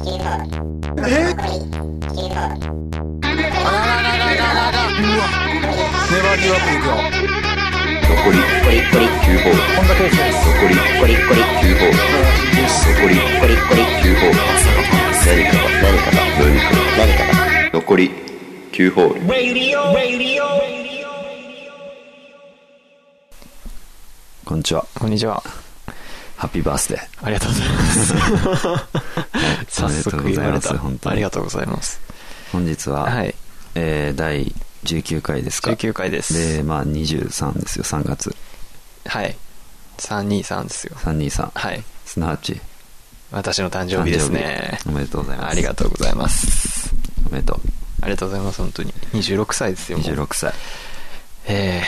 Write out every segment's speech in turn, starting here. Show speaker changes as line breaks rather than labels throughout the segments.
えあらららららららうわネバーギブアップいくよ
残り9ホール
本田圭佑です
残り9ホール残り9ホール何かが何かが何かが何かが残り9ホールこんにちは
こんにちは。
ハッピーバースデー
ありがとうございます。
お
早
めでとうご
速言
ざい
われ
ま
た
す 本。当に
ありがとうございます。
本日は、
はい。
えー第19回ですか
19回です。
でまあ23ですよ3月
はい。323ですよ。
323
はい。
すなわち
私の誕生日です
誕。
ね
生日おめでとうございます
ありがとうございます。
おめでとう
ありがとうございます、本当に。26歳ですよ、もう。
26歳
え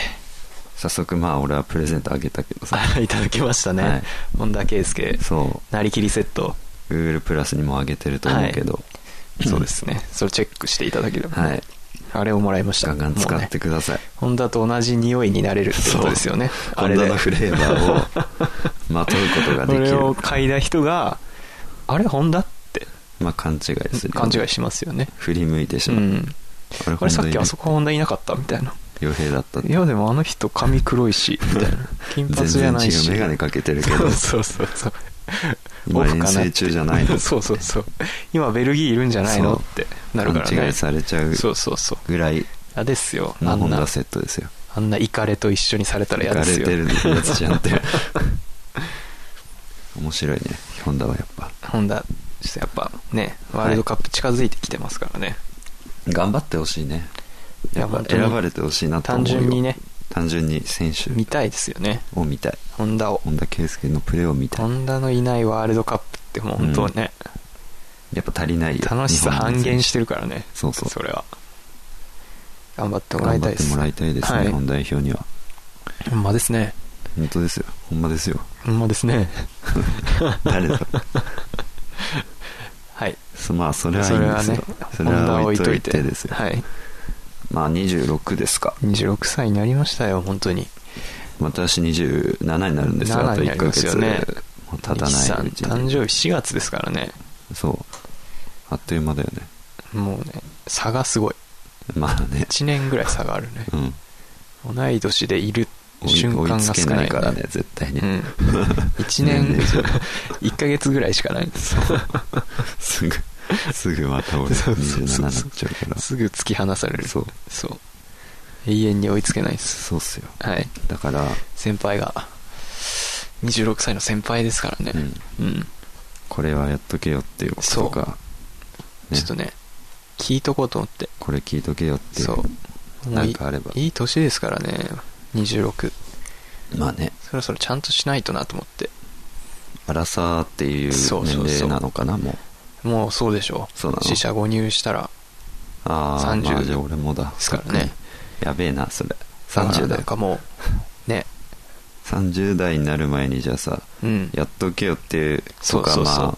早速まあ俺はプレゼントあげたけどさ
え いただきましたね。
はい
本田圭佑、
そ
なりきりセット。
う Google プラスにもあげてると思うけど
そうですね。それチェックしていただければ。
はい、
あれをもらいました。
ガンガン使
もう
っ
ね
てください、
ホンダと同じ匂いになれるってことですよね。
ホ
あ
ン
れ
ダ
で
のフレーバーを まとうことがで
こ
き
れ
る
を嗅いだ人が、あれ、ホンダって
まあ勘違いするよ
勘
ね
違いしますよね。
振り向いてし
う
まう、
ん。
あれ
あれ、さっ
本
き
当に
あそこホンダいなかったみたいな。
傭兵だったって
いや、でもあの人髪黒いし、みた いな。金
全
髪じゃ
然
ない
違
し。
う眼鏡かけてるけど
そうそうそうそう。
今
オフ
遠
かなって
征中じゃないの
そうそうそう。今ベルギーいるんじゃない
そ
の
う
ってなるからね。
勘違いされちゃう
そうそうそう。
ぐらい
あですよ。あ
のホ
ん
ン
な
ダ、セットですよ
あんなイカレと一緒にされたら
行
嫌
か
で
れ
すよ。
てるやつじゃんって 面白いねホンダはやっぱ
ホンダ、ちょっとやっぱね、
はい
ワールドカップ近づいてきてますからね。
頑張ってほしいね
いや
やっぱ
本当に
選ばれてほしいなと思う
単
よ
純にね、
単純に選手
見たいですよね。
を見たい
ホンダを。
本田圭佑のプレーを見た
ホ
い
ンダのいないワールドカップってもう本当ね、
やっぱ足りないよ
楽し
日
さ
本の
半
選手
減してるからね。
そうそう
それは。頑張ってもら
頑
いた
張っ
いで
て
す。
もらいたいですね、
はい
日本代表には
ほんまですね。
本当ですよほんま ですよ
ほんまですね。
誰だ
はい。
そまあそれはい
そ
いん
れ
で
は
す
ね
よ、
ホンダは置いといて。
ですよ、
はい。
まあ26ですか
26歳になりましたよ、本当に。
私27になるんですよあ
7
と
にな
1
り
ヶ
ます
月
よね
もう経たないうち
西さん誕
に
生日4月ですからね。
そうあっという間だよね
もうね、差がすごい。
まあね
1年ぐらい差があるね。
うん
同い年でいる
追い
瞬間
追
が
いつけ
少
な
ないい
からね絶対
う
に、
ん、1年
年齢上
1ヶ月ぐらいしかないんです
すぐすぐまた俺
そうそ
27
う
に
そ
な
う
っちゃうから
すぐ突き放される
そう
そう永遠に追いつけないです
そうっすよ
はい
だから、
先輩が26歳の先輩ですからね
う、ん、
うん
これはやっとけよっていうこととか、ね
ちょっとね聞いとこうと思って
これ聞いとけよっていう
そうも
な
うんい
かあれば
いい年ですからね26
まあね
そろそろちゃんとしないとなと思って
アラサーっていう
そう
年
そうそう
齢なのかなもう
もうそうでしょ
そうなの
四捨五入したら
ああ
30
まあじゃあ俺もだ
ですからね
やべえなそれ
だから
30
な
代
んかもうね
30代になる前にじゃあさ
うん
やっとけよっていうとか
そうそうそう
まあ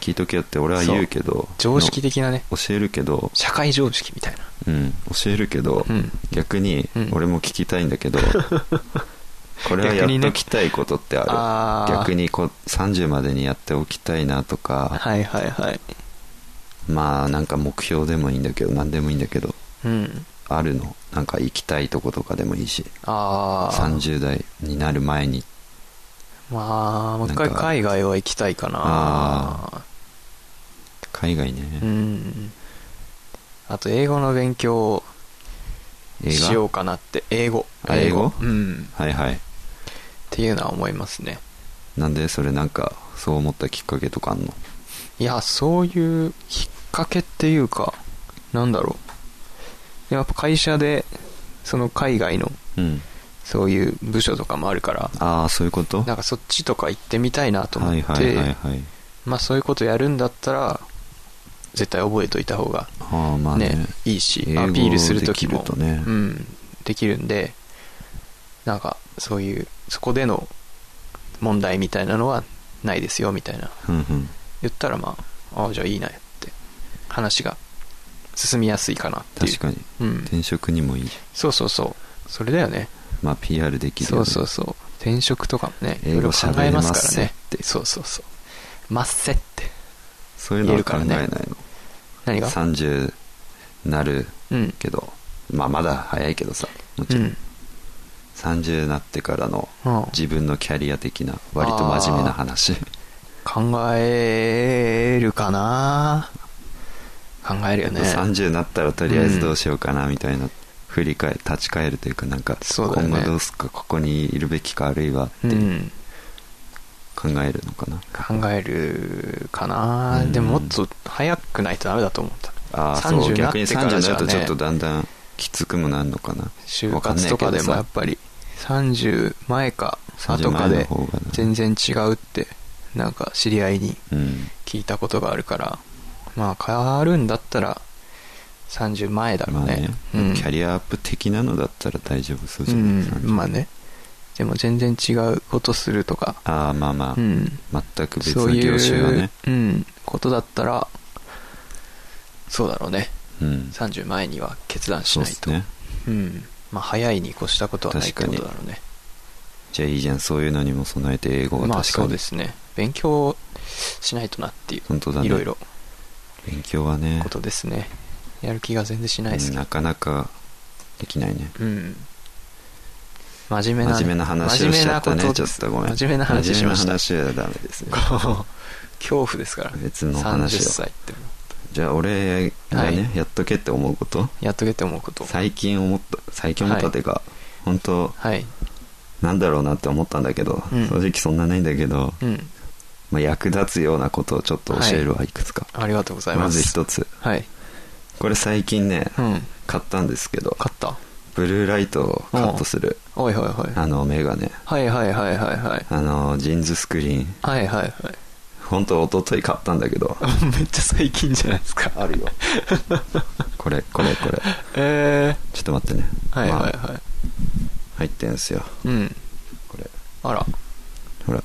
聞いとけよって俺は言うけど
常識的なね
の教えるけど、
社会常識みたいな
うん、教えるけど、
うん
逆に
うん
俺も聞きたいんだけ ど、これはや
逆に
っ
ね
ときたいことってある
あー
逆にこう30までにやっておきたいなとか、
はいはいはい
まあなんか目標でもいいんだけど何でもいいんだけど
うん
あるのなんか行きたいとことかでもいいし
ああ
30代になる前に
まあもう一
な
回
んか
海外は行きたいかな
あ海外ね、
うんあと英語の勉強を
映画
しようかなって英語
あ英語
うん
はいはい
っていうのは思いますね
なんでそれなんかそう思ったきっかけとかあんの
いやそういうきっかけっていうかなんだろうやっぱ会社でその海外の
うん
そういう部署とかもあるから
ああそういうこと
なんかそっちとか行ってみたいなと
は
思
い
って、
はいはいはい
まあそういうことやるんだったら絶対覚えといた方が
ああまあね
ねいいし
英語
アピールする時
で
も
きるとね
うん、できるんでなんかそういうそこでの問題みたいなのはないですよみたいな
うんうん
言ったらまあああじゃあいいなって話が進みやすいかなっていう
確かに
うん、
転職にもいい
そうそうそうそれだよね
まあ PR できる
そ
よ
う
ね
そうそう転職とかもねい
英
ろい
語
ろ考えま
喋れ
すか
ます
ら
よ
ねそうそうそうマッセって。
そういうの
言え
は
る
考
か
え
らね
ないの、
何が
30なる
うん。
けど、まあまだ早いけどさもち
う
ろん、
ん。
30なってからの
うん
自分のキャリア的な割と真面目な話
考えるかな考えるよね。
30なったらとりあえずどうしようかなみたいな、振り返立ち返るというかなんか、
そうだよね
今後どうすかここにいるべきかあるいはって
うん。
考えるのかな、
考えるかな、
うん
でももっと早くないとダメだと思った。
ああそう
30なっ
逆に
てからじゃ
30
ね
になるとちょっとだんだんきつくもなんのかな
就
わんな
活
い
と
け
か
ど
でもや
さ
っぱり30前か
30
後か
前の
で
方がな
全然違うってなんか知り合いに
うん
聞いたことがあるからまあ変わるんだったら30前だろ
ま
う
あ
ね
ね、
うん
キャリアアップ的なのだったら大丈夫そうじゃ
う
ない、
んまあねでも全然違うことするとか
ああまあまあ、
うん
全く別
そ
の
うい
業種は
う
ね、
うん、ことだったらそうだろうね
うん、
30前には決断し
そう
な
で
い
す
と
ね
うんまあ早いに越したことはないってことだろうね
じゃあいいじゃんそういうのにも備えて英語は確かに、
まあそうですね勉強しないとなっていう
本当だね
いろいろ
勉強はね
ことですねやる気が全然しないで
うん
すけど
なかなかできないね
うん真面目なね
真面目な話をしちゃったね
真面目なこと
ちょっとごめん
真面目な話しました
真面目な話はダメですね
こう恐怖ですから
別の話を
30歳っても
じゃあ俺がね、
は
やっとけって思うこと
うやっとけって思うこと
最近思った最近思ったっていうか、本当
はい
なんだろうなって思ったんだけど、
うん
正直そんなないんだけど、
うん
まあ、役立つようなことをちょっと教えるわ、い、くつか
ありがとうござい
ま
ます
ず一つ
はい
これ最近ね、
うん
買ったんですけど
勝った
ブルーライトをカットする
おいはいはい
あのメガネ
はいはいはいはいはい
あのジーンズスクリーン
はいはいはい
本当一昨日買ったんだけど
めっちゃ最近じゃないですかあるよ
これこれこれ
え
ちょっと待ってね
ー、はいはいはい、
まあ入ってんすよ
うん
これ
あら
ほら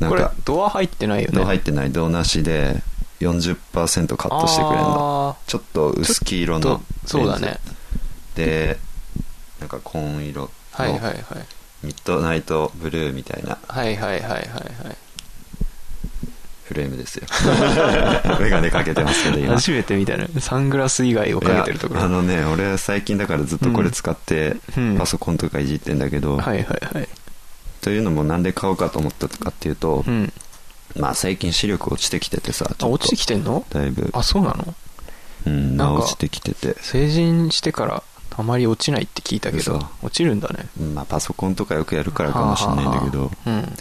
なん
これ
か
ドア入ってないよね
銅入ってない銅なしで40%カットしてくれるの
あ
ちょっと薄黄色
ー
の
とそうだね
レンズでなんか紺色
はいはいは
の
い
ミッドナイトブルーみたいな
はいはいはいはいはい
フレームです よメガネかけてますけど今
初めてみたいなサングラス以外をかけてるところ
いやあ
はい
のね俺最近だからずっとこれ使って、
うん
パソコンとかいじってんだけど、
はいはい
というのもなんで買おうかと思ったかっていうと、
うん
まあ最近視力落ちてきててさ
あ落ちてき
て
てんの
だいぶ
あそうなの
うん
なんか
直してきてて
成人してからあまり落ちないって聞いたけど
嘘
落ちるんだね
まあパソコンとかよくやるからかもしれないんだけど
はあはあうん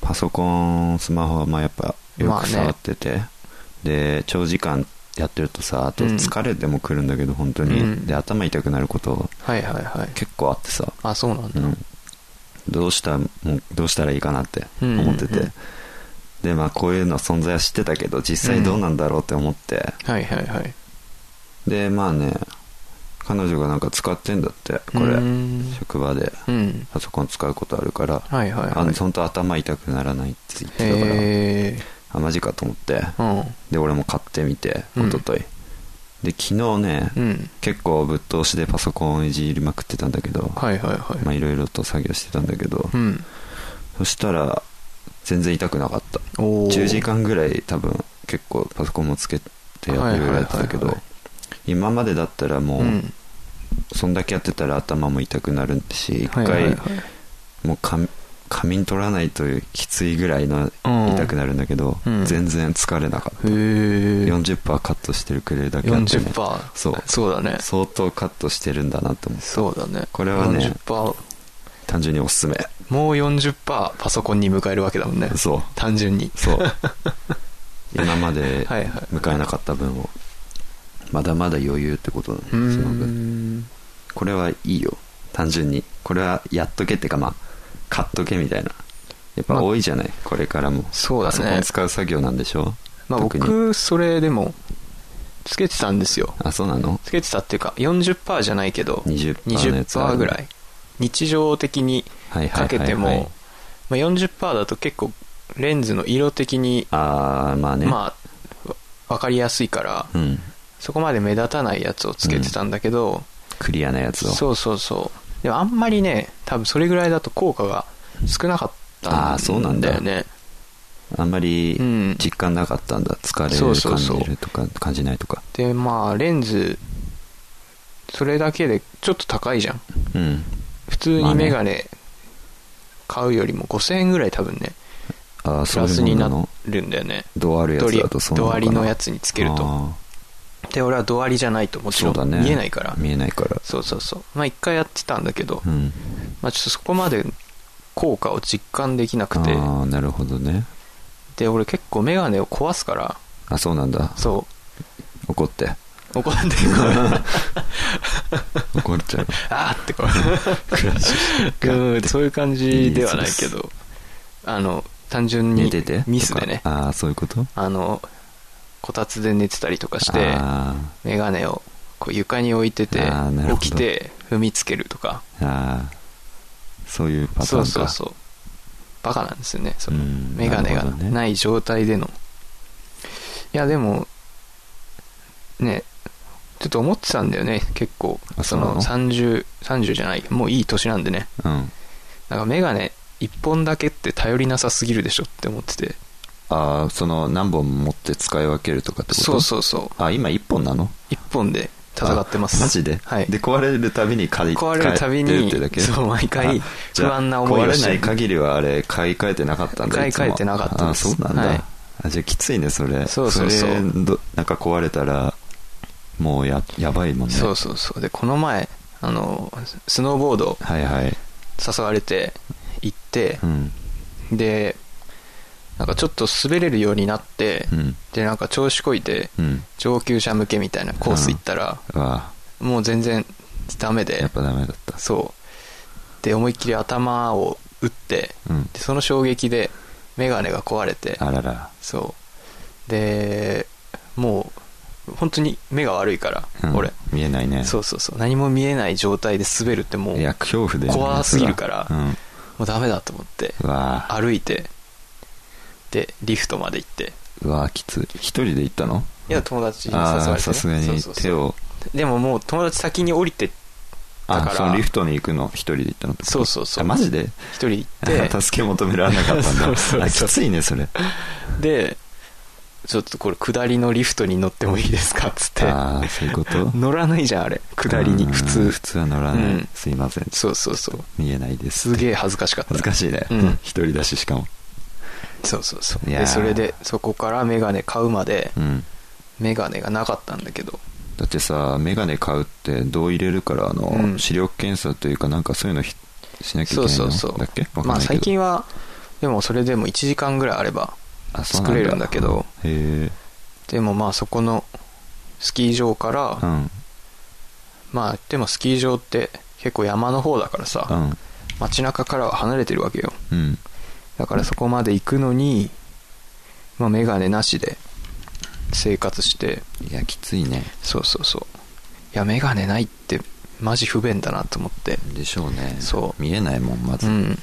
パソコンスマホはまあやっぱよ
まあ
く
ね
触ってて、で長時間やってるとさあと
うん
疲れてもくるんだけど、本当に、
うん
で頭痛くなること
はいはいはい
結構あってさ
あそうなん
う
だ
ん、どうしたもうどうしたらいいかなって思ってて、
うんうんうん
でまあこういうの存在は知ってたけど実際どうなんだろうって思って、
はいはいはい
でまあね彼女がなんか使ってんだってこれ、
うん
職場で
うん
パソコン使うことあるから、
はいはい
あ
は
の
い
本当頭痛くならないって言ってたから
へえ
あマジかと思って
うん
で俺も買ってみて
うん
一昨日、で昨日ね、
うん
結構ぶっ通しでパソコンをいじりまくってたんだけど、
はいはいはい
まあいろいろと作業してたんだけど、
うん
そしたら全然痛くなかった
おー
10時間ぐらい多分結構パソコンもつけていろ
はいいはいはい
ろ
は
や
い
ってたけど今までだったらもう、
うん
そんだけやってたら頭も痛くなるし一
はいはい
回
はい
もう仮仮眠取らないときついぐらいの
うん
痛くなるんだけど、
うん
全然疲れなかった、
へえ
40%カットしてるくらいだけあって、ね、
40%
そう
そうだね
相当カットしてるんだなって思って
そうだね
これはね
40%
単純におすすめ
もう40%パソコンに迎えるわけだもんね
そう
単純に
そう今まで
はいはい
向かえなかった分をまだまだ余裕ってことなの
う
そ
ー
の分
ん
これはいいよ単純にこれはやっとけってかまあ買っとけみたいなやっぱ多いじゃない、これからも
そうだね
パソコン使う作業なんでしょ
まあ
特に
僕それでもつけてたんですよ
あそうなの
つけてたっていうか40%じゃないけど
20%のやつある
20%ぐらい日常的に
はいはい
か
はい、
け
はい、
てもまあ40%だと結構レンズの色的に
ああまあね、
まあわかりやすいから
うん
そこまで目立たないやつをつけてたんだけど
クリアなやつを
そうそうそうでもあんまりね多分それぐらいだと効果が少なかった
あーそうなんだ
よね
あんまり
うん
実感なかったんだ、疲れ
そう
を
そうそう
感じるとか感じないとか
でまあレンズそれだけでちょっと高いじゃん
うん
普通
まあ
に
ね
メガネ買うよりも5000円ぐらい多分ね
ああ
プ
そう
ラ
いう
ス
も
に
のな
な
の
るんだよね
度あるや
ド
つ
リ
だとそうなの
ド
か
ア
な
リのやつにつけると
あ
で俺はドアリじゃないとも
ー
ち
そ
ろ
うだ
ん
ね
見えないから
見えないから
そうそうそうまあ一回やってたんだけど、
うん
まあちょっとそこまで効果を実感できなくて
ああなるほどね
で俺結構メガネを壊すから
あそうなんだ
そ
怒って
う怒ってこう
怒っちゃ う
あーってこううんそういう感じではないけどあの単純
寝
に
てて
ミスでね
とかああそういうこと
あのこたつで寝てたりとかして
あ
メガネをこう床に置いてて
あーなるほど
起きて踏みつけるとか
ーあーそういうパターンか
そうそうそうバカなんですよねその
うん
メガネが
なるほどね
ない状態での、いやでもねちょっと思ってたんだよね結構
あ
そ
そうな
の
の
3030じゃないもういい年なんでね
うん
なんかメガネ1本だけって頼りなさすぎるでしょって思ってて
ああその何本持って使い分けるとかってこと
そうそうそう
あ今1本なの
1本で戦ってます
あマジで、
はい
で壊れるたびに買い
壊れるた
買
び
えてる
に
ってだけ
そう毎回
あじゃあ
不安な思いをして
壊れない限りはあれ買い替えてなかったんだ
買い
つも
替えてなかったです
あそうなんだ、
はい
あじゃあきついねそれ
そうそうそう
れどなんか壊れたらもうややばいもんね
そうそうそうでこの前あのスノーボード
はいはい
誘われて行って
う、ん
でなんかちょっと滑れるようになって、
うん
でなんか調子こいて
うん
上級者向けみたいなコース行ったら、
あ
もう全然ダメ
や
で
っぱダメだった
そうで思いっきり頭を打って
うん
でその衝撃で眼鏡が壊れて
あらら
そうでもう本当に目が悪いから、
うん
俺
見えないね
そうそうそう何も見えない状態で滑るってもう
いや
も
恐怖で、
怖すぎるから
うん
うダメだと思って
うわあ
歩いてでリフトまで行って
うわあきつい一人で行ったの
いや友達に誘
あ
わ
あ
れて、
さ
ね、
すが
そう
に
そうそう
手を
でももう友達先に降りてだか
あ
ら
そのリフトに行くの一人で行ったのってこと
そうそうそう
あマジで
一人行って
あ助け求められなかったんだ
そうそうそう
あきついねそれ
でちょっとこれ下りのリフトに乗ってもいいですかっつって
ああそういうこと
乗らないじゃんあれ下りに
うん
普通
普通は乗らない、
うん
すいません
そうそうそう
見えないです
すげえ恥ずかしかった
恥ずかしいね、
うん
一人だししかも
そうそうそう
いやー
でそれでそこからメガネ買うまで
うん
メガネがなかったんだけど
だってさ眼鏡買うってどう入れるからあの、
うん
視力検査というかなんかそういうのひしなきゃいけ
そ
な
う
いの
そうそう
だっけわかん
ま
な
あ
いけど
最近はでもそれでも1時間ぐらいあれば
あそうなん
作れるんだけど
へえ
でもまあそこのスキー場から、
うん
まあでもスキー場って結構山の方だからさ、
うん
街中からは離れてるわけよ
うん
だからそこまで行くのに、まあ、メガネなしで生活して
いやきついね
そうそうそういやメガネないってマジ不便だなと思って
でしょうね
そう
見えないもんま
う
ず、
ん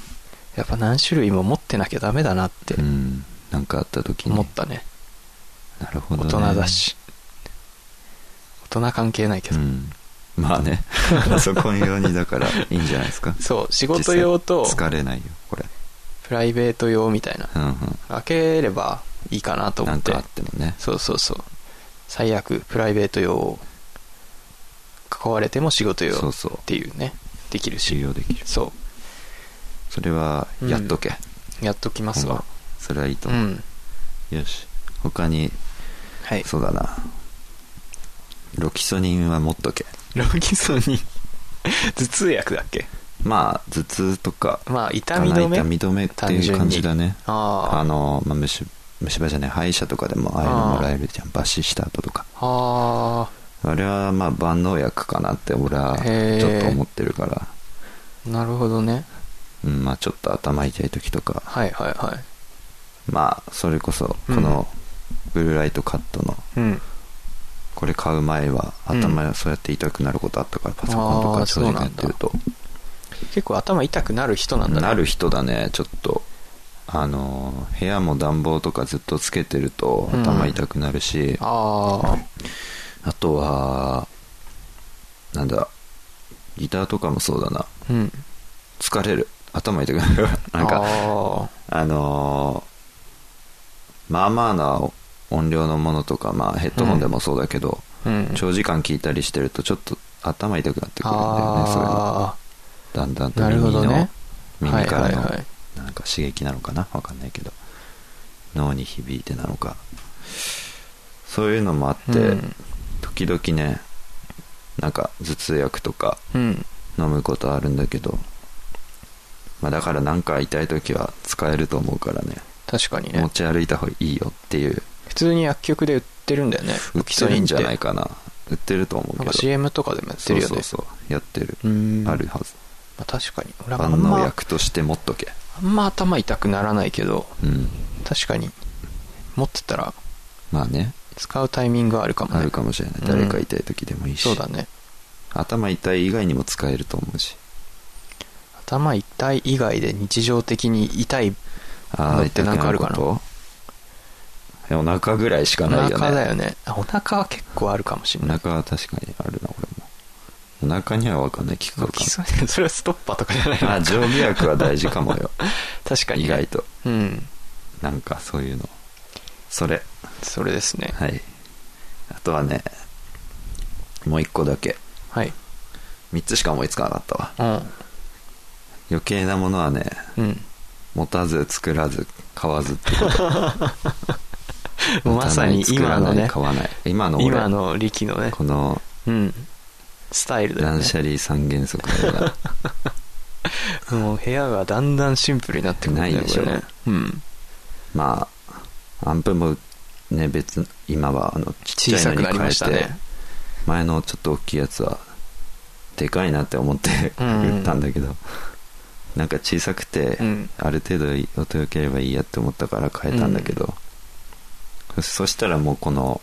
やっぱ何種類も持ってなきゃダメだなって
うんなんかあった時に
思ったね
なるほど、
大
ね、
人だし大人関係ないけ
う
ど、
んまあ ねパソコン用にだからいいんじゃないですか
そう 仕事用と
実際疲れないよこれ
プライベート用みたいな
うんうん
開ければいいかなと思
な
っ
ん
て
かあってもね
そうそうそう最悪プライベート用を関われても仕事用
そう
っ
そう
ていうねできる
収
し
容できる
そ
それはやっとけ、
うやっときますわ
それはいいと
う
思う、
ん
よし他に
はい
そうだなロキソニンは持っとけ
ロキソニン 頭痛薬だっけ
まあ頭痛とか
まあ痛み止め
痛み止めっていう感じだねあ
あ
の、まあ、虫虫歯じゃない歯医者とかでもああいうのもらえるじゃん抜歯した後とか
ああ
あれはまあ万能薬かなって俺は
へー
ちょっと思ってるから、
あなるほどね
うんまあ、ちょっと頭痛い時とか
はいはいはい
まあそれこそ
うん
このブルーライトカットの
うん
これ買う前は頭がそうやって痛くなることあったからパソコンと
あ
か長
ー
時間やってると
結構頭痛くなる人なんだね
なる人だねちょっとあのー部屋も暖房とかずっとつけてると
うん
頭痛くなるしあ
あ
とはなんだギターとかもそうだな
あうん
疲れる頭痛くなるなんか
あ
あのまあまあな音量のものとか、まあ、ヘッドホンでもそうだけど、
うん。
長時間聞いたりしてるとちょっと頭痛くなってくるんだよねそれが
あ
だんだん
な
と
る
耳
ほど
の、
ね
耳から
はい
の
はいはい
なんか刺激なのかなわかんないけど脳に響いてなのかそういうのもあって、
うん
時々ねなんか頭痛薬とか
あ。うん。
飲むことあるんだけど、まあ、だからなんか痛い時は使えると思うからね
確かに
持
ね。
ち歩いた方がいいよっていう
普通に薬局で売ってるんだよね。
売っ
基
て
礎
る
に
んじゃないかな売ってると思う
な
け
ん
ど
か CM とかでもやってるよね。
そうそうそうやってる、
うん
あるはず
まあ確かに。俺はあん
万能
ま、
薬として持っとけ
あんま頭痛くならないけど、
うん
確かに、持ってたら
まあね
使うタイミングはあるかもね。
あるかもしれない、
うん
誰か痛い時でもいいし
そうだね。
頭痛い以外にも使えると思うし
頭痛い以外で日常的に痛い、
あ
だ
あ
っ
痛
て
く
なんか
な
あ
る
る
こ
かな
とえお腹ぐらいし
お
かないよね
腹だよね。あお腹は結構あるかもしれ
お
ない。
腹は確かにあるな俺もお腹には分かんない効く
基
か
礎にそれはストッパーとかじゃないの
もあ常備薬は大事かもよ
確かに、
意外。と
うん。
なんかそういうのそれ
それですね。
はいあとはねもう一個だけ
はい。
3つしか思いつかなかったわ
うん。
余計なものはね
うん。
持たず作らず買わずってこと
もう まさに
持たない
今のね、
作らない買わない今の俺
今の力のね、
この
うん。スタイルだよ
断
ね。
捨離三原則のよう な
もう部屋がだんだんシンプルになってくるんだよ
ないでしょ
これね。うん。
まあアンプもね別今はあのち
小
っちゃ
さ
い
く
のに変
なりま
え
した
て、
ね。
前のちょっと大きいやつはでかいなって思って
うん
売ったんだけど、なんか小さくて、
うん
ある程度音よければいいやって思ったから変えたんだけど、そそしたらもうこの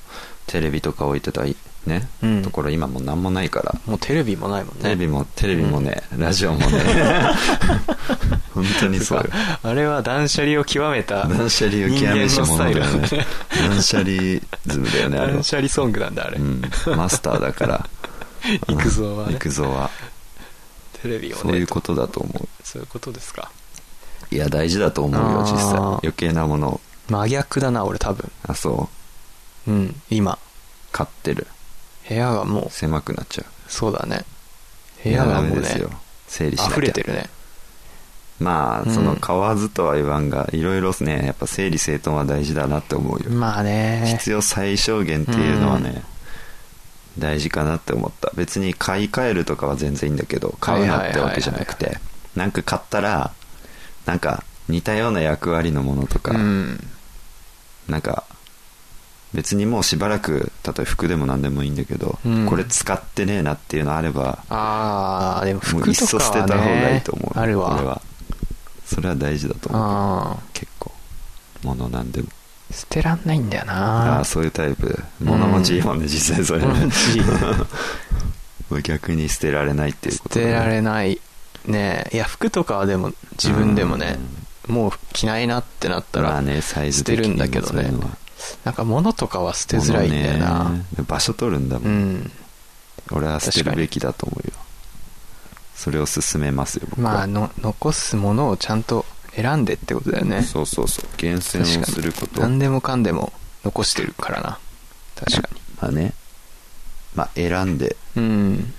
テレビとか置いてたいね、
うん
ところ今もう何もないから
もうテレビもないもんね。
テレビもテレビもね、ラジオもね本当にそうよ
あれは断捨離を極めた
断捨離を極めし者だよ
人間のスタ
ね
イル
断捨離ズムだよねあれは
断捨離ソングなんだあれ、
うん、マスターだから
育三はね
育三は
テレビをね
そういうことだと思う
そういうことですか
いや大事だと思うよ
あー
実際余計なものを
真逆だな俺多分
あそう
うん今
買ってる
部屋がもう
狭くなっちゃ
そうだね
う
部屋が
ダ
も
メ
う
です
ね
よ整理しなきゃ
溢れてるね
ま
う
あ
ん
その買わずとは言わんがいろいろねやっぱ整理整頓は大事だなって思うよ、
まあね
必要最小限っていうのはね、大事かなって思った別に買い替えるとかは全然いいんだけど買うなってわけじゃなく
は
てなんか買ったらなんか似たような役割のものとか、
うん
なんか別にもうしばらく例えば服でも何でもいいんだけど、
うん
これ使ってねえなっていうのあれば
ああでも
もう
服とかは、ね、
いっそ捨てた方がいいと思う
あるわ
俺はそれは大事だと思う
あ
結構物なんでも
ー捨てらんないんだよ
あ
な
あそういうタイプ物持ちいいもんね、実際それね
物持ちいい
もう逆に捨てられないっていう
捨
ことだ
て
ね
られないねえいや服とかはでも自分でもねもう着ないなってなったら、
まあねサイズ
捨てるんだけどね
的にもそういうのは
なんか物とかは捨てづらいんだよな、
物ね場所取るんだも、
うんん
俺は捨てるべきだと思うよそれを勧めますよ僕は
まあの残すものをちゃんと選んでってことだよね
そうそうそう厳選を
確かに
すること
何でもかんでも残してるからな確か
まあねまあ選んで
にうん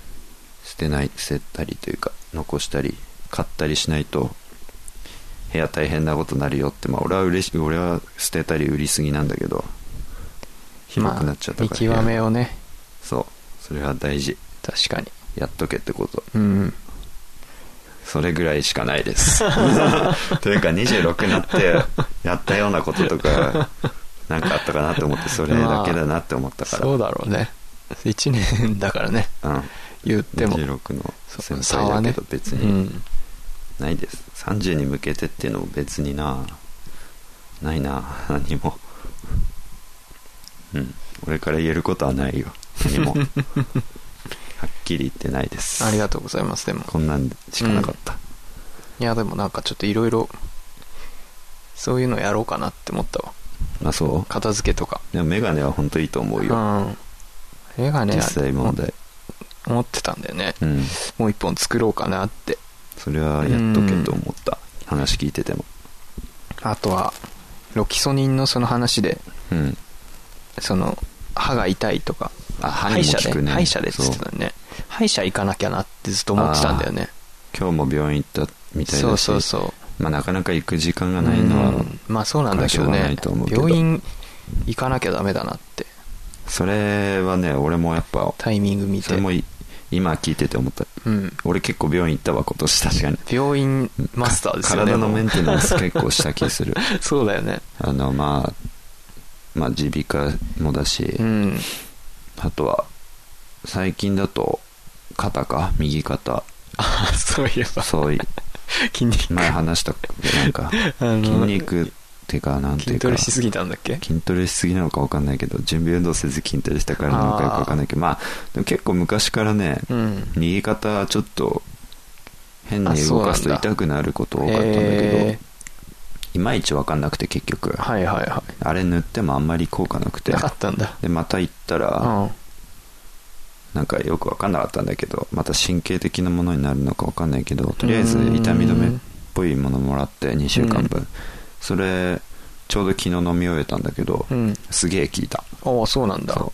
捨てない捨てたりというか残したり買ったりしないと部屋大変なことになるよってまあ俺は嬉し俺は捨てたり売りすぎなんだけど広くなっちゃった
ま
か
あ
ら、
見極
部
め
屋
をね
そうそれは大事
確かに
やっとけってこと
うん
それぐらいしかないです というか26になってやったようなこととかなんかあったかなと思ってそれだけだなって思ったから、
そうだろうね1年だからね
うん
言っても
26の
そ
先
差は
輩だ
ね
けど別
う
に
ん
ないです、30に向けてっていうのも別になないな何もうん俺から言えることはないよ何もはっきり言ってないです
ありがとうございますでも
こんなんしかなかった、
いやでもなんかちょっといろいろそういうのやろうかなって思ったわ
まあそう
片付けとか
でもメガネは本当いいと思う
う
よ、
ん絵がね
実際問題
思ってたんだよね
うん
もう一本作ろうかなって
それはやっとけと思った話聞いてても
あとはロキソニンのその話で、
うん
その、歯が痛いとか、
あ歯
歯
に
医
も
者
効く
で、
ね
歯医者でって
そう
言ってたね。歯医者行かなきゃなってずっと思ってたんだよね。
今日も病院行ったみたいだし
そうそうそう。
まあ、なかなか行く時間がないのは、
うんまあそうなんだけど
しょうがな
ね
いと思うけど
病院行かなきゃダメだなって
それはね俺もやっぱ
タイミング見
そ
て
れもい今聞いてて思った
うん
俺結構病院行ったわ今年確かに
病院マスターですよね
体のメンテナンス
もう
結構した気 する
そうだよね
あのまあまあ耳鼻科もだし、
うん
あとは最近だと肩か右肩
あそういえば
そうい
筋肉
前話したなんか
あの
筋肉ってかなんていうか
筋トレしすぎたんだっけ
筋トレしすぎなのか分かんないけど準備運動せず筋トレしたからなのかよく分かんないけどまあでも結構昔からね、
うん
右肩ちょっと変
あ
に
そう
動
なんだ
かすと痛くなること多かったんだけ
へ
どいまいち分かんなくて結局、
ーはいはいは
あれ塗ってもあんまり効果なく
い
て
なかったんだ
でまた行った
う
ら、
ん
なんかよく分かんなかったんだけどまた神経的なものになるのか分かんないけどとりあえず痛み止めっぽいものもらって2週間分、それちょうど昨日飲み終えたんだけど、
うん
すげえ効いた
ああそうなんだ
そ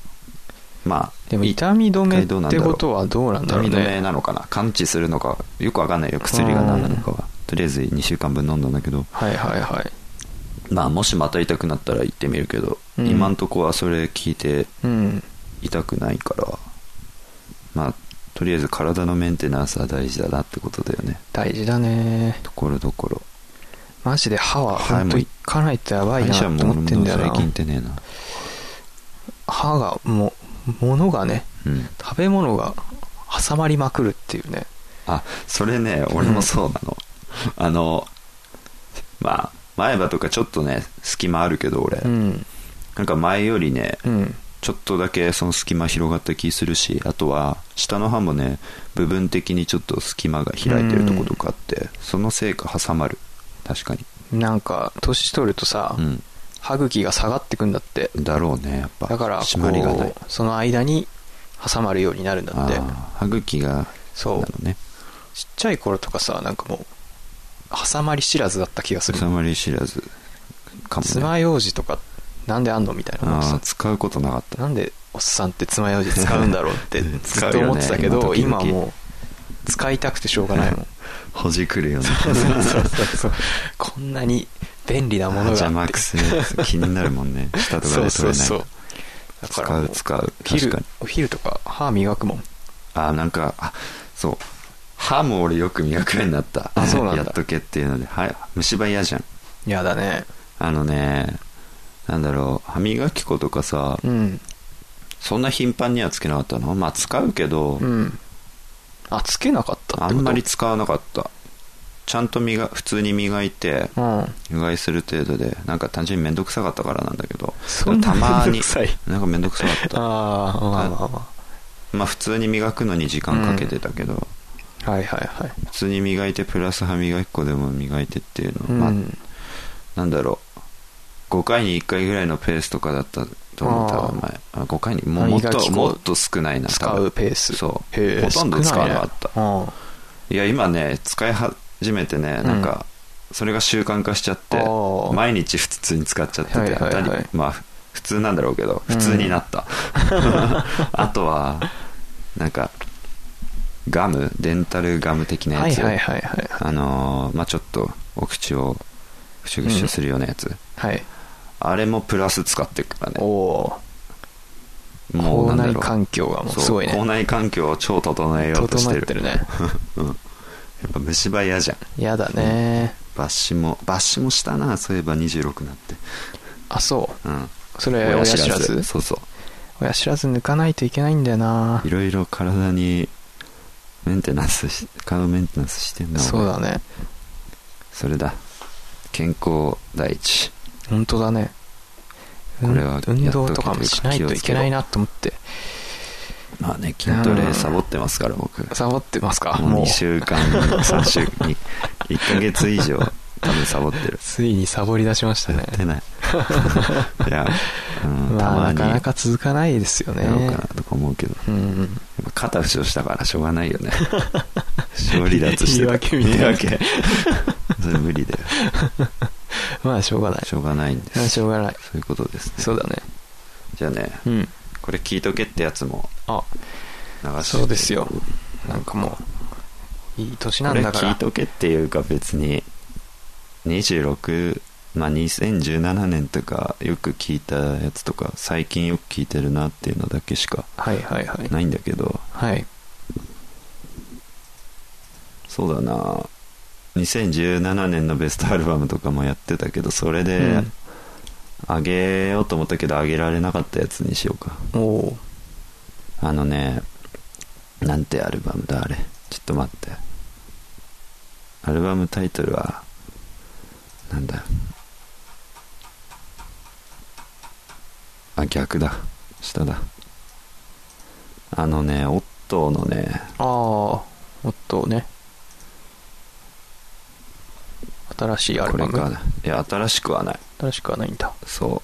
まあ
でも痛み止め
一体どうなん
っ
だ
て
ろう
ことはどうなん
痛
だろう
み止め
ね
なのかな完治するのかよくわかんないよ薬が何なのかはとりあえず2週間分飲んだんだけど
はいはいはい
まあもしまた痛くなったら行ってみるけど、
うん
今んとこはそれ聞いて
うん
痛くないからまあとりあえず体のメンテナンスは大事だなってことだよね
大事だね
ところどころ
マジで歯は
歯も
本当行かないとやばいなと
歯医者も
思ってんだよ
俺も最近行っ
な
てねえな
歯がもう物がね
うん
食べ物が挟まりまくるっていうね
あそれね俺もそうなのあのまあ前歯とかちょっとね隙間あるけど俺、
うん
なんか前よりね
うん
ちょっとだけその隙間広がった気するしあとは下の歯もね部分的にちょっと隙間が開いてるとことかあって、そのせいか挟まる確かに
なんか年取るとさ、
うん
歯茎が下がってくんだって
だろうねやっぱ
だから
締まりがない
こうその間に挟まるようになるんだって
あー歯茎が
そう
なのね
ちっちゃい頃とかさなんかもう挟まり知らずだった気がする
挟まり知らずかもね
爪楊枝とかなんであんのみたいな思って
あ
た
ー使うことなかった
なんでおっさんって爪楊枝使うんだろうってず
使
っ
うよ
と
ね
思ってたけど、
今
今
時々
もう使いたくてしょうがないもん
ほじくるよね
そうそうそうこんなに便利なものがあって
邪魔くせえ気になるもん ね下とか
そう
で
そ
取れ
う
ない
そうだから
使
も
う
う
使う
お
確
昼
かに
お昼とか歯磨くもん
あなんかあそう歯も俺よく磨くようになった
あそうなんだ
やっとけっていうので歯虫歯嫌じゃん
やだね
あのねなんだろう歯磨き粉とかさ、
うん
そんな頻繁にはつけなかったのまあ使うけど、
うんあつけなかったってこと
あんまり使わなかったちゃんと磨普通に磨いて
うん
うがいする程度でなんか単純に面倒くさかったからなんだけど
そんな
たま
めんど
に
く さい
なんか面倒くさかっ
あー
た
まあまあま
まあ普通に磨くのに時間かけてたけど、
あはいはいはい
普通に磨いてプラス歯磨き粉でも磨いてっていうの、
うん、
まあなんだろう5回に1回ぐらいのペースとかだったと思う
あー
多分前あ5回にもうもっ
歯磨
と
き粉
もっと少ないな
使
多分
うペース
そう
へえ
ほとんど使わなかった
少いねうん
いや今ね使い始めてねなんかそれが習慣化しちゃって
あー
毎日普通に使っちゃってて、
はいはいはい
当たりまあ普通なんだろうけど普通にな った、あとはなんかガムデンタルガム的な
は
や
い
つ、
はいはいはい
あのーまあちょっとお口をぐしゅぐしゅするようなやつ、
はい
あれもプラス使っていくからね
おおー
もう
口
なんだろ
内
う
環境がもうすごい
そう口
ね
内環境を超整えようとして
整
る
ってるね
うんやっぱ虫歯嫌じゃん
やだね
抜歯も抜歯もしたなそういえば26になって
あそう
うん
それ親知らず
そうそ
親知らず抜かないといけないんだよな
ういろいろ体にメンテナンスし体メンテナンスしてんだ
そう
俺
だね
それだ健康第一
本当だね
これは
うん運動とかもしないといけないなと思って
まあね筋トレサボってますから僕も
サボってますか
う
も
2
う
週間3週 に1ヶ月以上多分サボってる
ついにサボり出しました
や
ね
って ないいや、うん、た
ま
ま
あな
に
か
や
なか続かないですよね
ろうかなとか思うけど
うん
やっぱ肩負傷したからしょうがないよね 勝利脱してた
言い訳みたいな
言い訳それ無理だよ
まあ、しょうがない。
しょうがないんで
まあ、
す
しょうがない。
そういうことですね
そうだね。
じゃあね
うん。
これ聞いとけってやつも
あ、
流して
そうですよ。なんかもう、いい年な
こ
ん
れ
だか
聞い
ら。
とけっていうか別に26まあ2017年とかよく聞いたやつとか最近よく聞いてるなっていうのだけしか
はいはいはい。
ないんだけど
はい。
そうだな2017年のベストアルバムとかもやってたけどそれ
う
で
ん
あげようと思ったけどあげられなかったやつにしようか
おお
あのねなんてアルバムだあれちょっと待ってアルバムタイトルはなんだあ逆だ下だあのねオットーのね
ー。ああ、おっとね。新しいアル
こ
バ
れ
ム。
かないや新しくはない
新しくはないんだ。
そ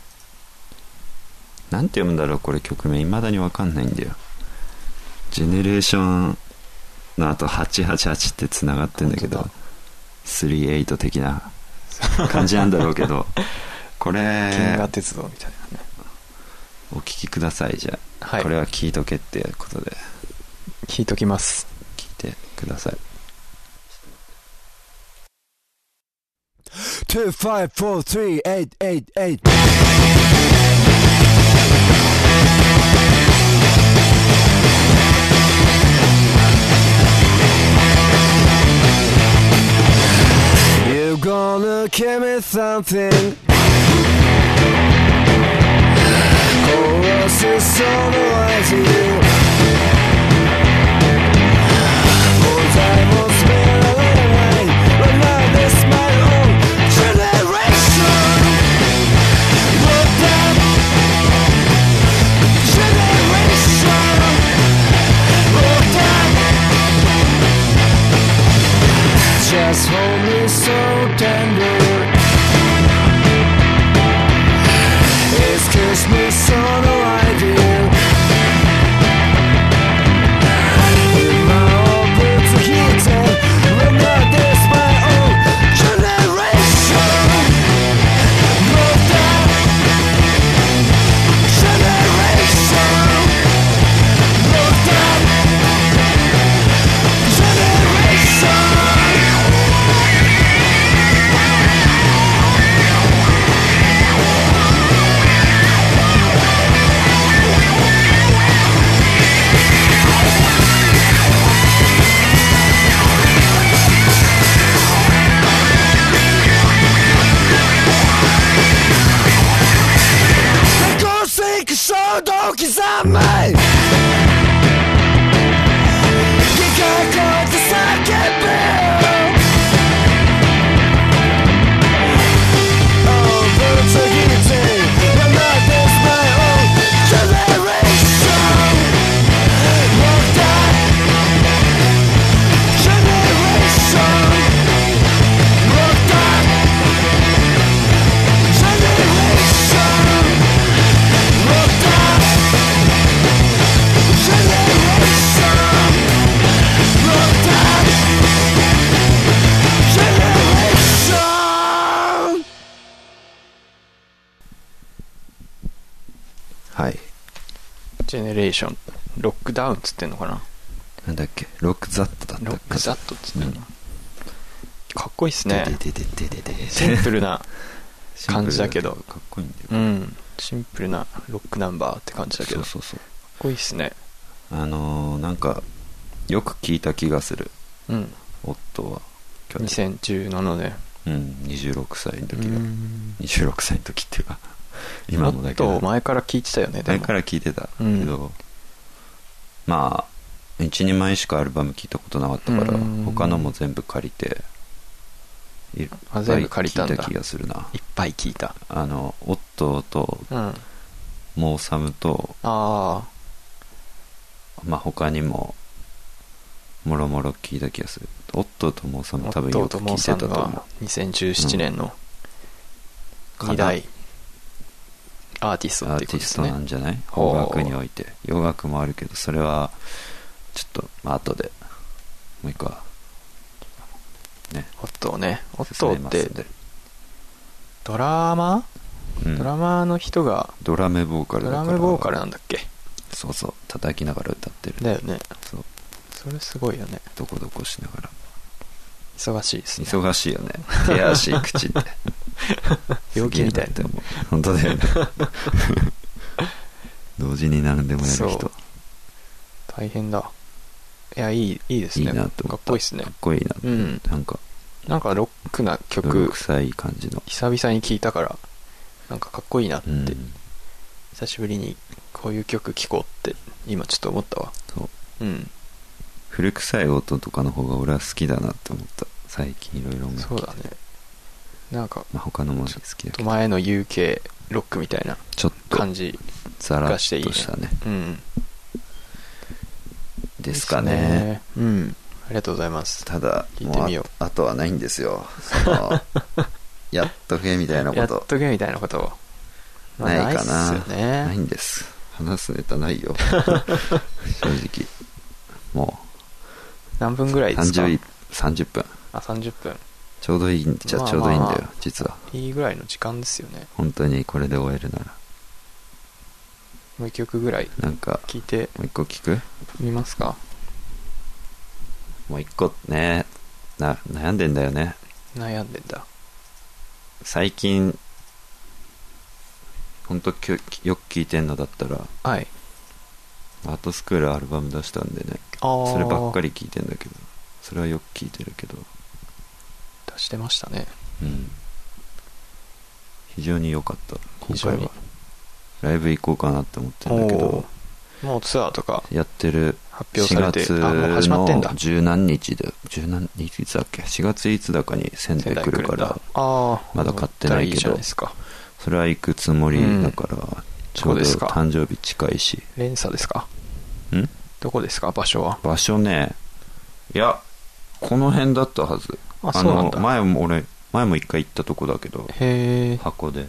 うなんて読むんだろうこれ曲名いまだにわかんないんだよジェネレーションのあと888ってつながってんだけ
本
ど
当だ
38的な感じなんだろうけどこ
銀
れ
河鉄道みたいなね。
お聴きくださいじゃあ、
はい
これは聴いとけっていうことで
聞いときます。
聴いてください
two five four three eight eight eight. You're gonna give me something. 殺すその味も材もスペアない But now this my own generation What the generation What the Just hold me so tender It's Christmas on the idea. In my own boots and kids and when not this my own generation. Not that generation. Not that generation. Go seek show don't kiss me. 機械こうて叫ぶ Oh, but it's a guillotine. But not this my own generation. Not that generation. Not that generation. Not that generation. Not that generation.
はい
ジェネレーション。ロックダウンっつってんのかな
なんだっけロックザットだった
ロックザ
ッ
ットっつってんの、かっこいいっす
ト
ね。
でででででで
シンプルな、
シンプル
感じだけど
かっこいいんだよ
うん、シンプルなロックナンバーって感じだけど、かっ
そうそうそう
こいいっすね。
あのーなんかよく聞いた気がする
うん、
夫は去年
2017年。
うん26歳の時
う
が
ん
26歳の時っていうか
も
今もだ
っ
けど
と前から聞いてたよね、で
前
も
か。ら聞いてたけど、まあ一人前しかアルバム聞いたことなかったから
うん
他のも全部借りていっぱ
あ
い
全部借りた
聞
んだ
いた気がするない
っぱい聞いた。
あの夫と
うん。あ
モーサムと、
あ
まあ、他にももろもろ聞いた気がする夫とモーサ
ー、
ム多分よく聞いてたと思う
が2017年の
うん
2大アーティスト
ア
っ
ー
て
テ
いうこと
ィ
で
ス
す
トな
ね。
んじゃない
ほう
邦楽において洋楽もあるけどそれはちょっとまあ後でもう一個は
オットーね。オッ
進め
トー
ま
っ
す
て
んで
ドラマ
うん
ドラマーの人が、
ドラムボーカル
ド
だか
ラ
ら
ムボーカルなんだっけ
そうそう叩きながら歌ってる
だよね。
そう
それすごいよね。
どこどこしながら
忙しいですね。
忙しいよ ね手足口って
病気みたい
すげえなって思う本当だよね 同時に何でもやる
そう
人
大変だ。いや、いい、いいです
いい
ね。
なって思った
かっこいいですね
かっ。こいいな
うん。
なんか
なんかロックな
泥
曲、
臭い感じの
久々に聴いたから、なんかかっこいいなって、
うん
久しぶりにこういう曲聴こうって、今ちょっと思ったわ。
そう
うん。
古臭い音とかの方が俺は好きだなって思った最近いろいろ音楽
そうだね。なんか、
まあ、他のも好きだけど
前の UK ロックみたいな
ちょっと
感じ。
ザラッとしたね
うん。
ですかね
ですね。うん。ありがとうございます。
ただ
聞いてみよう
もうああとはないんですよそのやっとけみたいな
や
こ
っ
と
とけみたいなこと。まあ
ないかな
ないっすよね
ないんです話すネタない よ正直も
何分ぐら
う
いですか
30, 30分
あ、30分。
ちょうどいいんじゃ
まあ
ちょうどいいんだよ、
まあまあ
実はい
いぐらいの時間ですよね。
本当にこれで終えるなら
もう一曲ぐらい
なんか
聞いて
もう一個聞く
みますか
もう一個ねな悩んでんだよね
悩んでんだ。
最近本当きょよく聞いてんのだったら
はい。
アートスクールアルバム出したんでね
あ
そればっか
り。
り聞いてんだけどそれはよく聞いてるけど、
出してましたね。
うん、非常に良かった今
非常
回
に
はライブ行こうかなって思ってるんだけ
お
ど
ーもうツアーとか
やってる
発表
4
されて、
月
あ、もう始まってん
の
だ。
十何日で十何日いつだっけ4月いつだかに仙台来るか
仙台
ら
だあー
まだ買ってないけど
だったらいいじゃないですか。
それは行くつもりだから、ちょ
どこ
うど
ですか
誕生日近いし
連鎖ですか
ん
どこですか場所は。
場所ねいやこの辺だったはず
あそうなんだ
前も俺前も一回行ったとこだけど
へえ。
箱で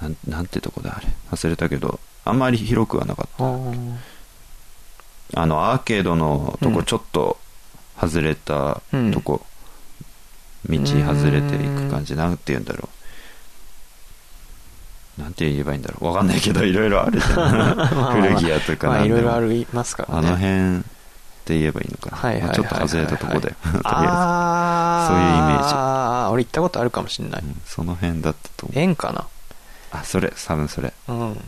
なんなんてとこだあれ忘れたけどあんまり広くはなかっ
あー
たあのアーケードのと
う
こ
ん
ちょっと外れた
うん
とこ、道外れていく感じなんて言うんだろうなんて言えばいいんだろうわかんないけどいろいろある じゃん古着屋とか
まあ
なん
い
で
ろ
も
いろありますから
あ
ね。
の辺って言えばいいのかな、
はいはいはい
まあ
はい
ちょっと外れたとこだよとりあ
ああ
そういうイメージ
ああ、俺行ったことあるかもしれない
えず、。うんその辺だったと思う
円かな
あそれ多分それ
うん。はい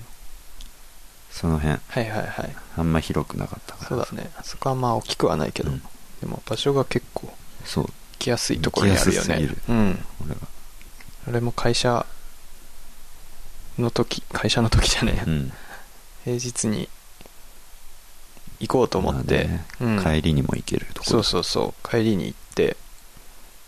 その辺
はいはい。
あんま広くなかったから
そうだね。あそこはまあ大きくはないけど、
うん
でも場所が結構行
そう
きやすいところにあるよ
行きやすすぎ
ね
る。
うん。
俺は
俺も会社の時、会社の時じゃねえや、
うん
平日に行こうと思っ
まあ
て、
ね
うん、
帰りにも行けるとこ
そうそうそう、帰りに行って、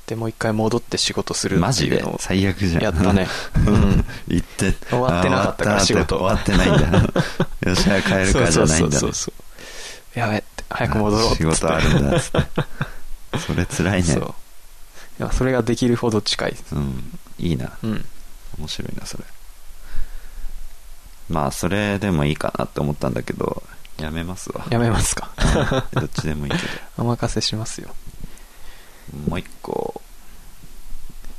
で、もう一回戻って仕事する
マ
って
ジ
いう
で
のを
最悪じゃん
やったね。うん。
行って
終わってなかったから
あ終わ
仕事
終わってない んだよっしゃ帰るかじゃないんだね
そうそうそうそうやべって早く戻ろうっつって
仕事あるんだっつってそれ辛いね
そういやそれができるほど近いです
うんいいな
うん
面白いなそれまあそれでもいいかなって思ったんだけどやめますわ
やめますか
どっちでもいいけ
お任せしますよ
どもう一個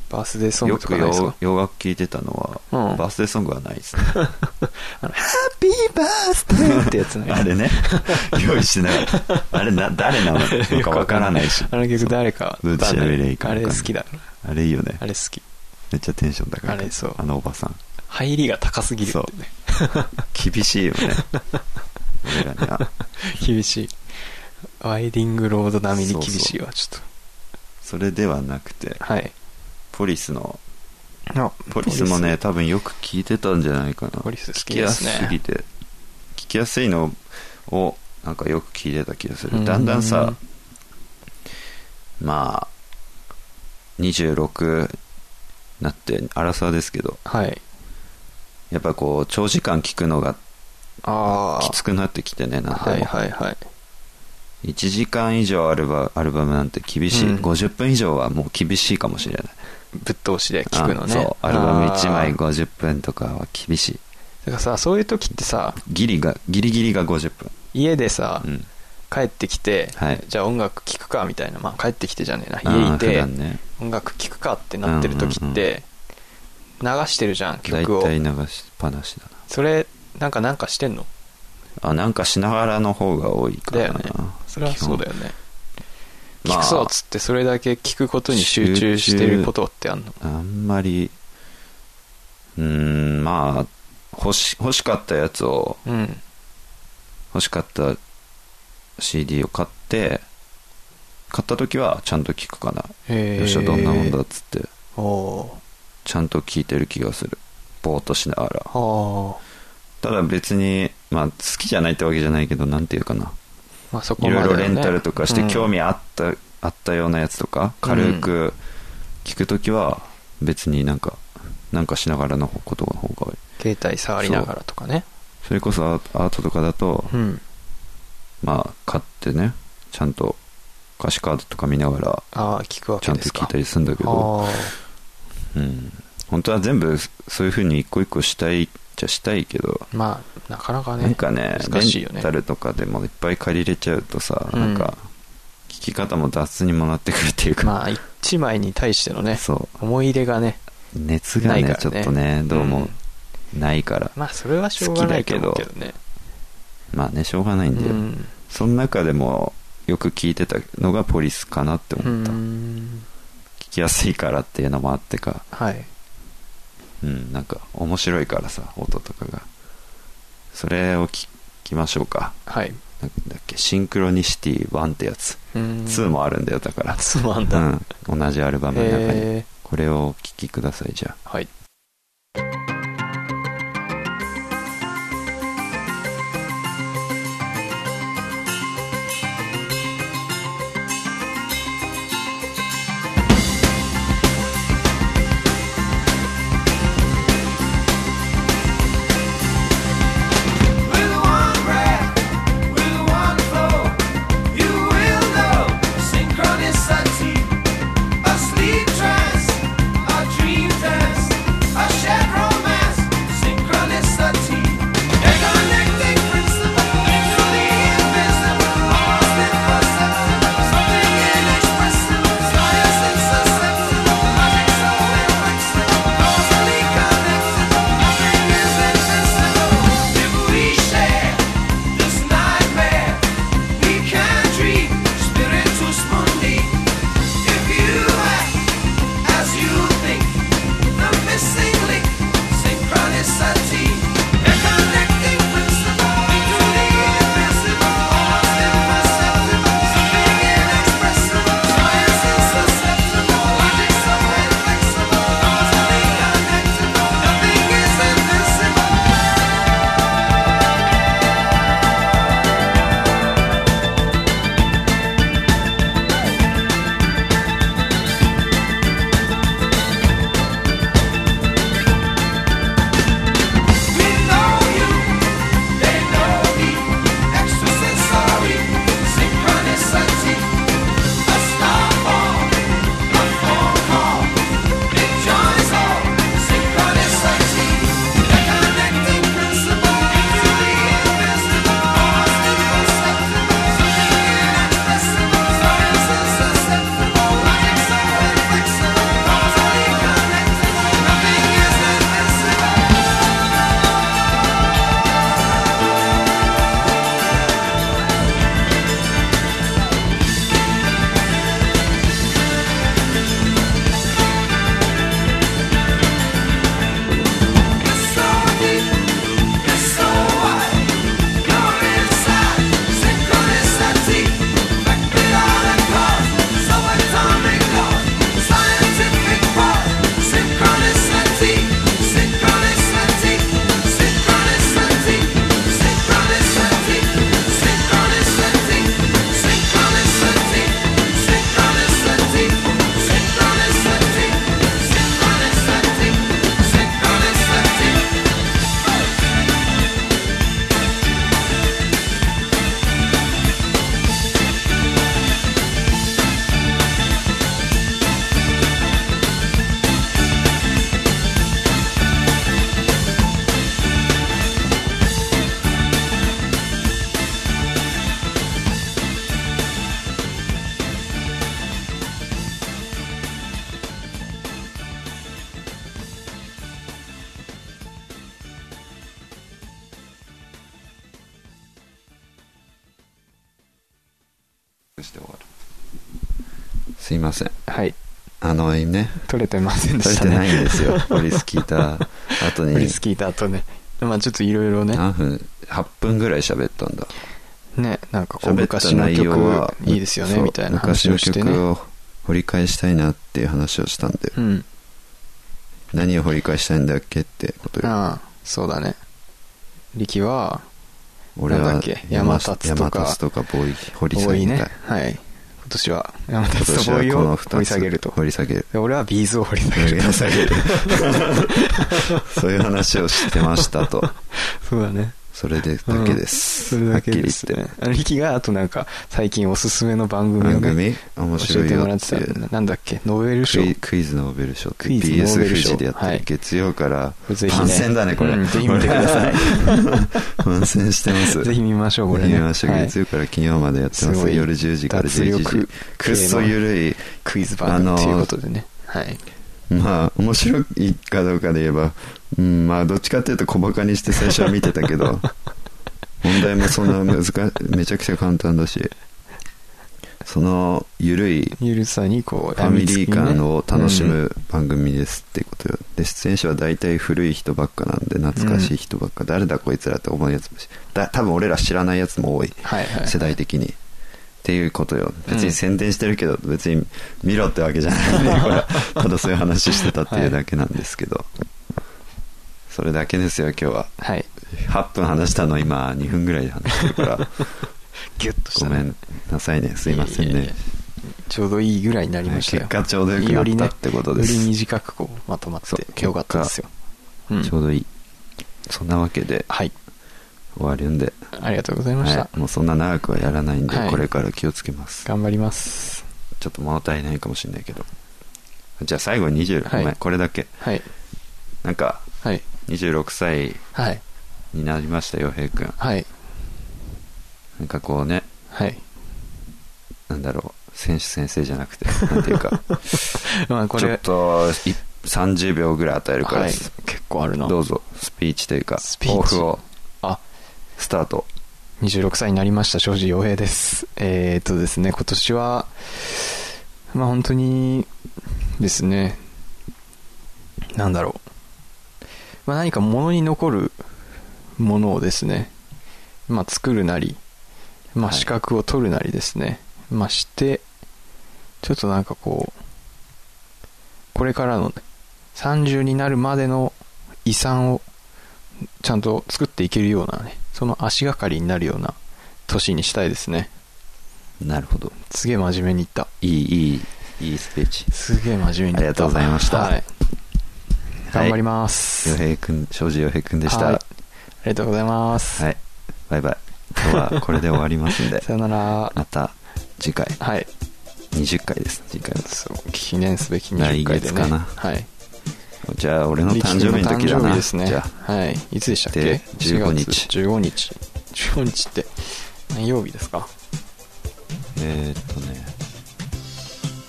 バースデーソン
よ
グと
く
かないです
洋
か
洋楽聴いてたのは、
うん
バースデーソングはないですね
ハッピーバースデーってやつね
あれね用意してなかったあれな誰 なのなんかわからないし
あの曲誰か
どうやって調べりゃいいか
あ
わかん
れ
ない
好きだな
あれいいよね
あれ好き
めっちゃテンション高い
あれそう
あのおばさん
入りが高すぎるってね
厳しいよね俺らには
厳しいワイディングロード並みに厳しいわちょっ
それではなくて
とはい
ポリスの
あ
ポリスもね多分よく聞いてたんじゃないかな
ポリス
聞
好き
き
で
やす
すね
すぎて聞きやすいのをなんかよく聞いてた気がす
うん
るだんだんさまあ26なって荒さですけど
はい
やっぱこう長時間聞くのが
あ
きつくなってきてねなん
あ
でも、
はいはいはい
1時間以上あればアルバムなんて厳しい、
うん
50分以上はもう厳しいかもしれない
ぶっ通しで聞くのね
あそうアルバム1枚
あーだ
50分とかは厳しい
からさそういう時ってさ
ギリがギリギリが50分
家でさ、
うん
帰ってきて、
はい
じゃあ音楽聴くかみたいなまあ帰ってきてじゃねえな
あー
家い
普
て、
段ね
音楽聴くかってなってる時って、
うんうんうん
流してるじゃん、
大
曲を。
体流しっぱなしだな
それ、なんかなんかしてんの
あなんかしながらの方が多いか
だ
ら
よ
な、
ね。それはそうだよね。
ま
聞
あ
くそうっつって、それだけ聞くことに集中してることってあんの
あんまりうーんまあ欲し欲しかったやつを
うん。
欲しかった CD を買って買った時はちゃんと聞くかな、
へー
よっしゃどんなもんだっつって
おお
ちゃんと聞いてる気がするぼーっとしながら
ー。はあ。
ただ別にまあ好きじゃないってわけじゃないけどなんていうかな
まあそこ
い
まで、
ろ
ね。
いろレンタルとかして興味
味。
あった,、あったようなやつとか軽く聞くときは別になんかなんかしながらのことの方が多い
携帯触りながらとかね。
それこそアーアートとかだと、
うん。
まあ買ってねちゃんと歌詞カードとか見ながら
ああ、聞くわ
ち
け
ゃん
で
と
す
聞
か。
いたりするんだけど、
はあ
うん、本当は全部そういう風に一個一個したいっちゃしたいけど
まあ、なかなかね。
なんかね
難しい
レ
よ
ン
ね。
タルとかでもいっぱい借りれちゃうとさ、
う
な
ん
んか聞き方も雑にもなってくるっていうか、
まあ、一枚に対してのね、
そう
思い入れがね、
熱がね
ない
ち
か
ょ
らね
っとねどうもないから、
まあ、それはしょうがないと思う
好き
け
だ
どね。
まあねしょうがないんだよ、
うん
その中でもよく聞いてたのがポリスかなって思
う
った、
ん。
聞きやすいからっていうのもあってか
はい。
うんなんか面白いからさ音とかがそれを聞きましょうか
はい。
なんだっけシンクロニシティ1ってやつ、
うん。
2もあるんだよだから
つまんだ。
うん、同じアルバムの中に、
え
これをお聴きくださいじゃあ
ーはい。
Synchronicity, a sleep trance, a dream dance.
くして終わるすいません
はい。
あのね
取れてませんで
取
し
れて
たね。
ないんです よポリス聞いた後
フ
に
リス聞いた後ね。まあちょっといろいろね。
何分8分ぐらい喋ったんだ
ね、なんかこ
喋
う、
った
昔の
内容は
曲いいですよね、
そう
みたいな話をして
昔の
ね。
曲を掘り返したいなっていう話をしたんで、
うん。
何を掘り返したいんだっけってことよ
ああ、そうだね。力は、
俺
なんだ
は
っけ
山
山立つと
山
か
立つとかボーイ掘り 下
多
げ
い
たい、
ね。はい。今年は、山田
今
と
年
ボーイ
はこ
を
の2つ
掘り下げると。
掘り下げる
で俺はビーズを掘り下げると。
下げるそういう話をしてましたと
そうだね。
それでだけ です、
それ
は
だ
っき
け
り
で
言
す
って、
ね。あの力が、あとなんか、最近おすすめの番組を
番
ね、
組面
教
白
え
い
て
よ
もらっ
ってて
た
いう。
なんだっけ、ノーベル
ク
賞
イクイズノーベル賞って
クイズノー
BS
ベ
フ
ル賞
ジでやってる、
はい
月曜から
ぜひね
番宣だねこれ、
うんぜひ見てください
番宣してます
ぜひ見ましょう、これね。
見ましょう、
はい
月曜から金曜までやってます
すごい
夜10時から11
脱
時
力
くっそゆるい
クイズ番組ということでね。はい。
まあ面白いかどうかで言えば、うん、まあどっちかっていうと小バカにして最初は見てたけど問題もそんな難しめちゃくちゃ簡単だしそのゆるい
ゆるさにこ
フ
う、
ァミリー感を楽し
うん
む番組ですってことよで出演者は大体古い人ばっかなんで懐かしい人ばっか、誰だこいつらって思うやつもしだ多分俺ら知らないやつも多い
はいはい。
世代的にっていうことよ別に宣伝してるけど別に見ろってわけじゃない ねこれただそういう話してたっていうだけなんですけどそれだけですよ今日は
はい。
8分話したの今2分ぐらいで話してるから
ギュッとし
ご
た
め
ね。
んなさいねすいません
いえいえい
ね
えちょうどいいぐらいになりました
結
よ。
果ちょうどよくなったってことです
より短くこうまとまっ
そう
てよかったですよ、うん
ちょうどいいそんなわけで
はい
終わるんで、
ありがとうございました、
はい、もうそんな長くはやらないんで、
はい
これから気をつけます
頑張ります
ちょっと物足りないかもしれないけどじゃあ最後に26、
はい
ごめんこれだけ
はい
なんか
はい
26歳
はい
になりましたよ平君
はい
なんかこうね
はい
なんだろう選手先生じゃな くてなんていうか
まあこ
ちょ
れ
っとい30秒ぐらい与えるから、
はい結構あるな
どうぞスピーチというか
スピーチ
抱負を
あ
スタート
26歳になりました庄司洋平ですえー、っとですね今年はまあ本当にですねなんだろう、まあ、何か物に残るものをですね、まあ、作るなり、まあ、
はい
資格を取るなりですね、まあ、してちょっとなんかこうこれからの、ね、30になるまでの遺産をちゃんと作っていけるようなねその足がかりになるような年にしたいですね
なるほど
すげえ真面目に言った
いいいいいいスピーチ
すげえ真面目に言った
ありがとうございました
はい、頑張りま
洋
す、
平君庄司洋平君でした
はい
は
ありがとうございます、
いバイバイ今日はこれで終わりますんで
さよなら
また次回
はい
20回です次回は
そう記念すべき20回
来
で
月
ね
かな
はい
じゃあ俺の誕生日の時だ
誕生
な
日ですね
じゃ
はいいつでしたっ
で
け
15日
4月15日15日って何曜日ですか
あえーっとね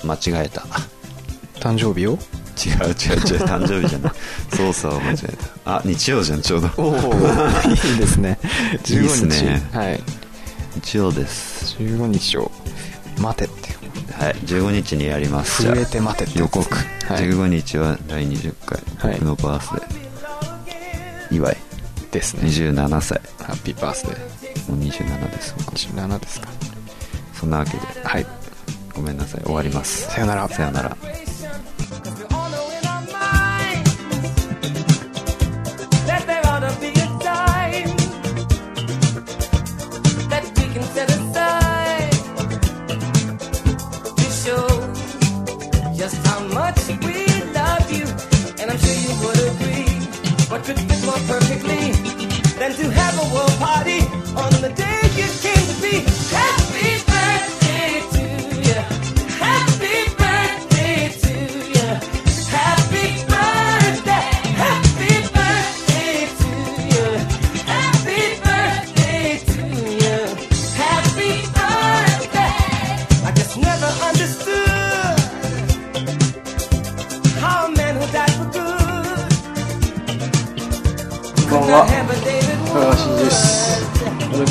間違えた
誕生日
違う違う
を
違う誕生日じゃ ない操作を間違えたあ日曜じゃんちょうど
おおい いですね
いいっす
15日
ね
はい
日曜です
15日を待てって
はい15日にやりますじゃあ
震えて待てって
予告、
はい
15日は第20回
はい
僕のバースデー祝い
ですね
27歳
ハッピーバースデー
もう27です僕
17ですか
そんなわけで
はい
ごめんなさい終わります
さよなら
さよなら
Cause we all know in our minds that there ought to be a time that we can set aside to show just how much we love you. And I'm sure you would agree. What could fit more perfectly than to have a world party on the day you came to be? Happy birthday to you. Happy birthday to you. Happy birthday. Happy birthday to you. Happy birthday to you. Happy birthday. I just never understood how a man who died for good could not have a day that
高橋ですありがと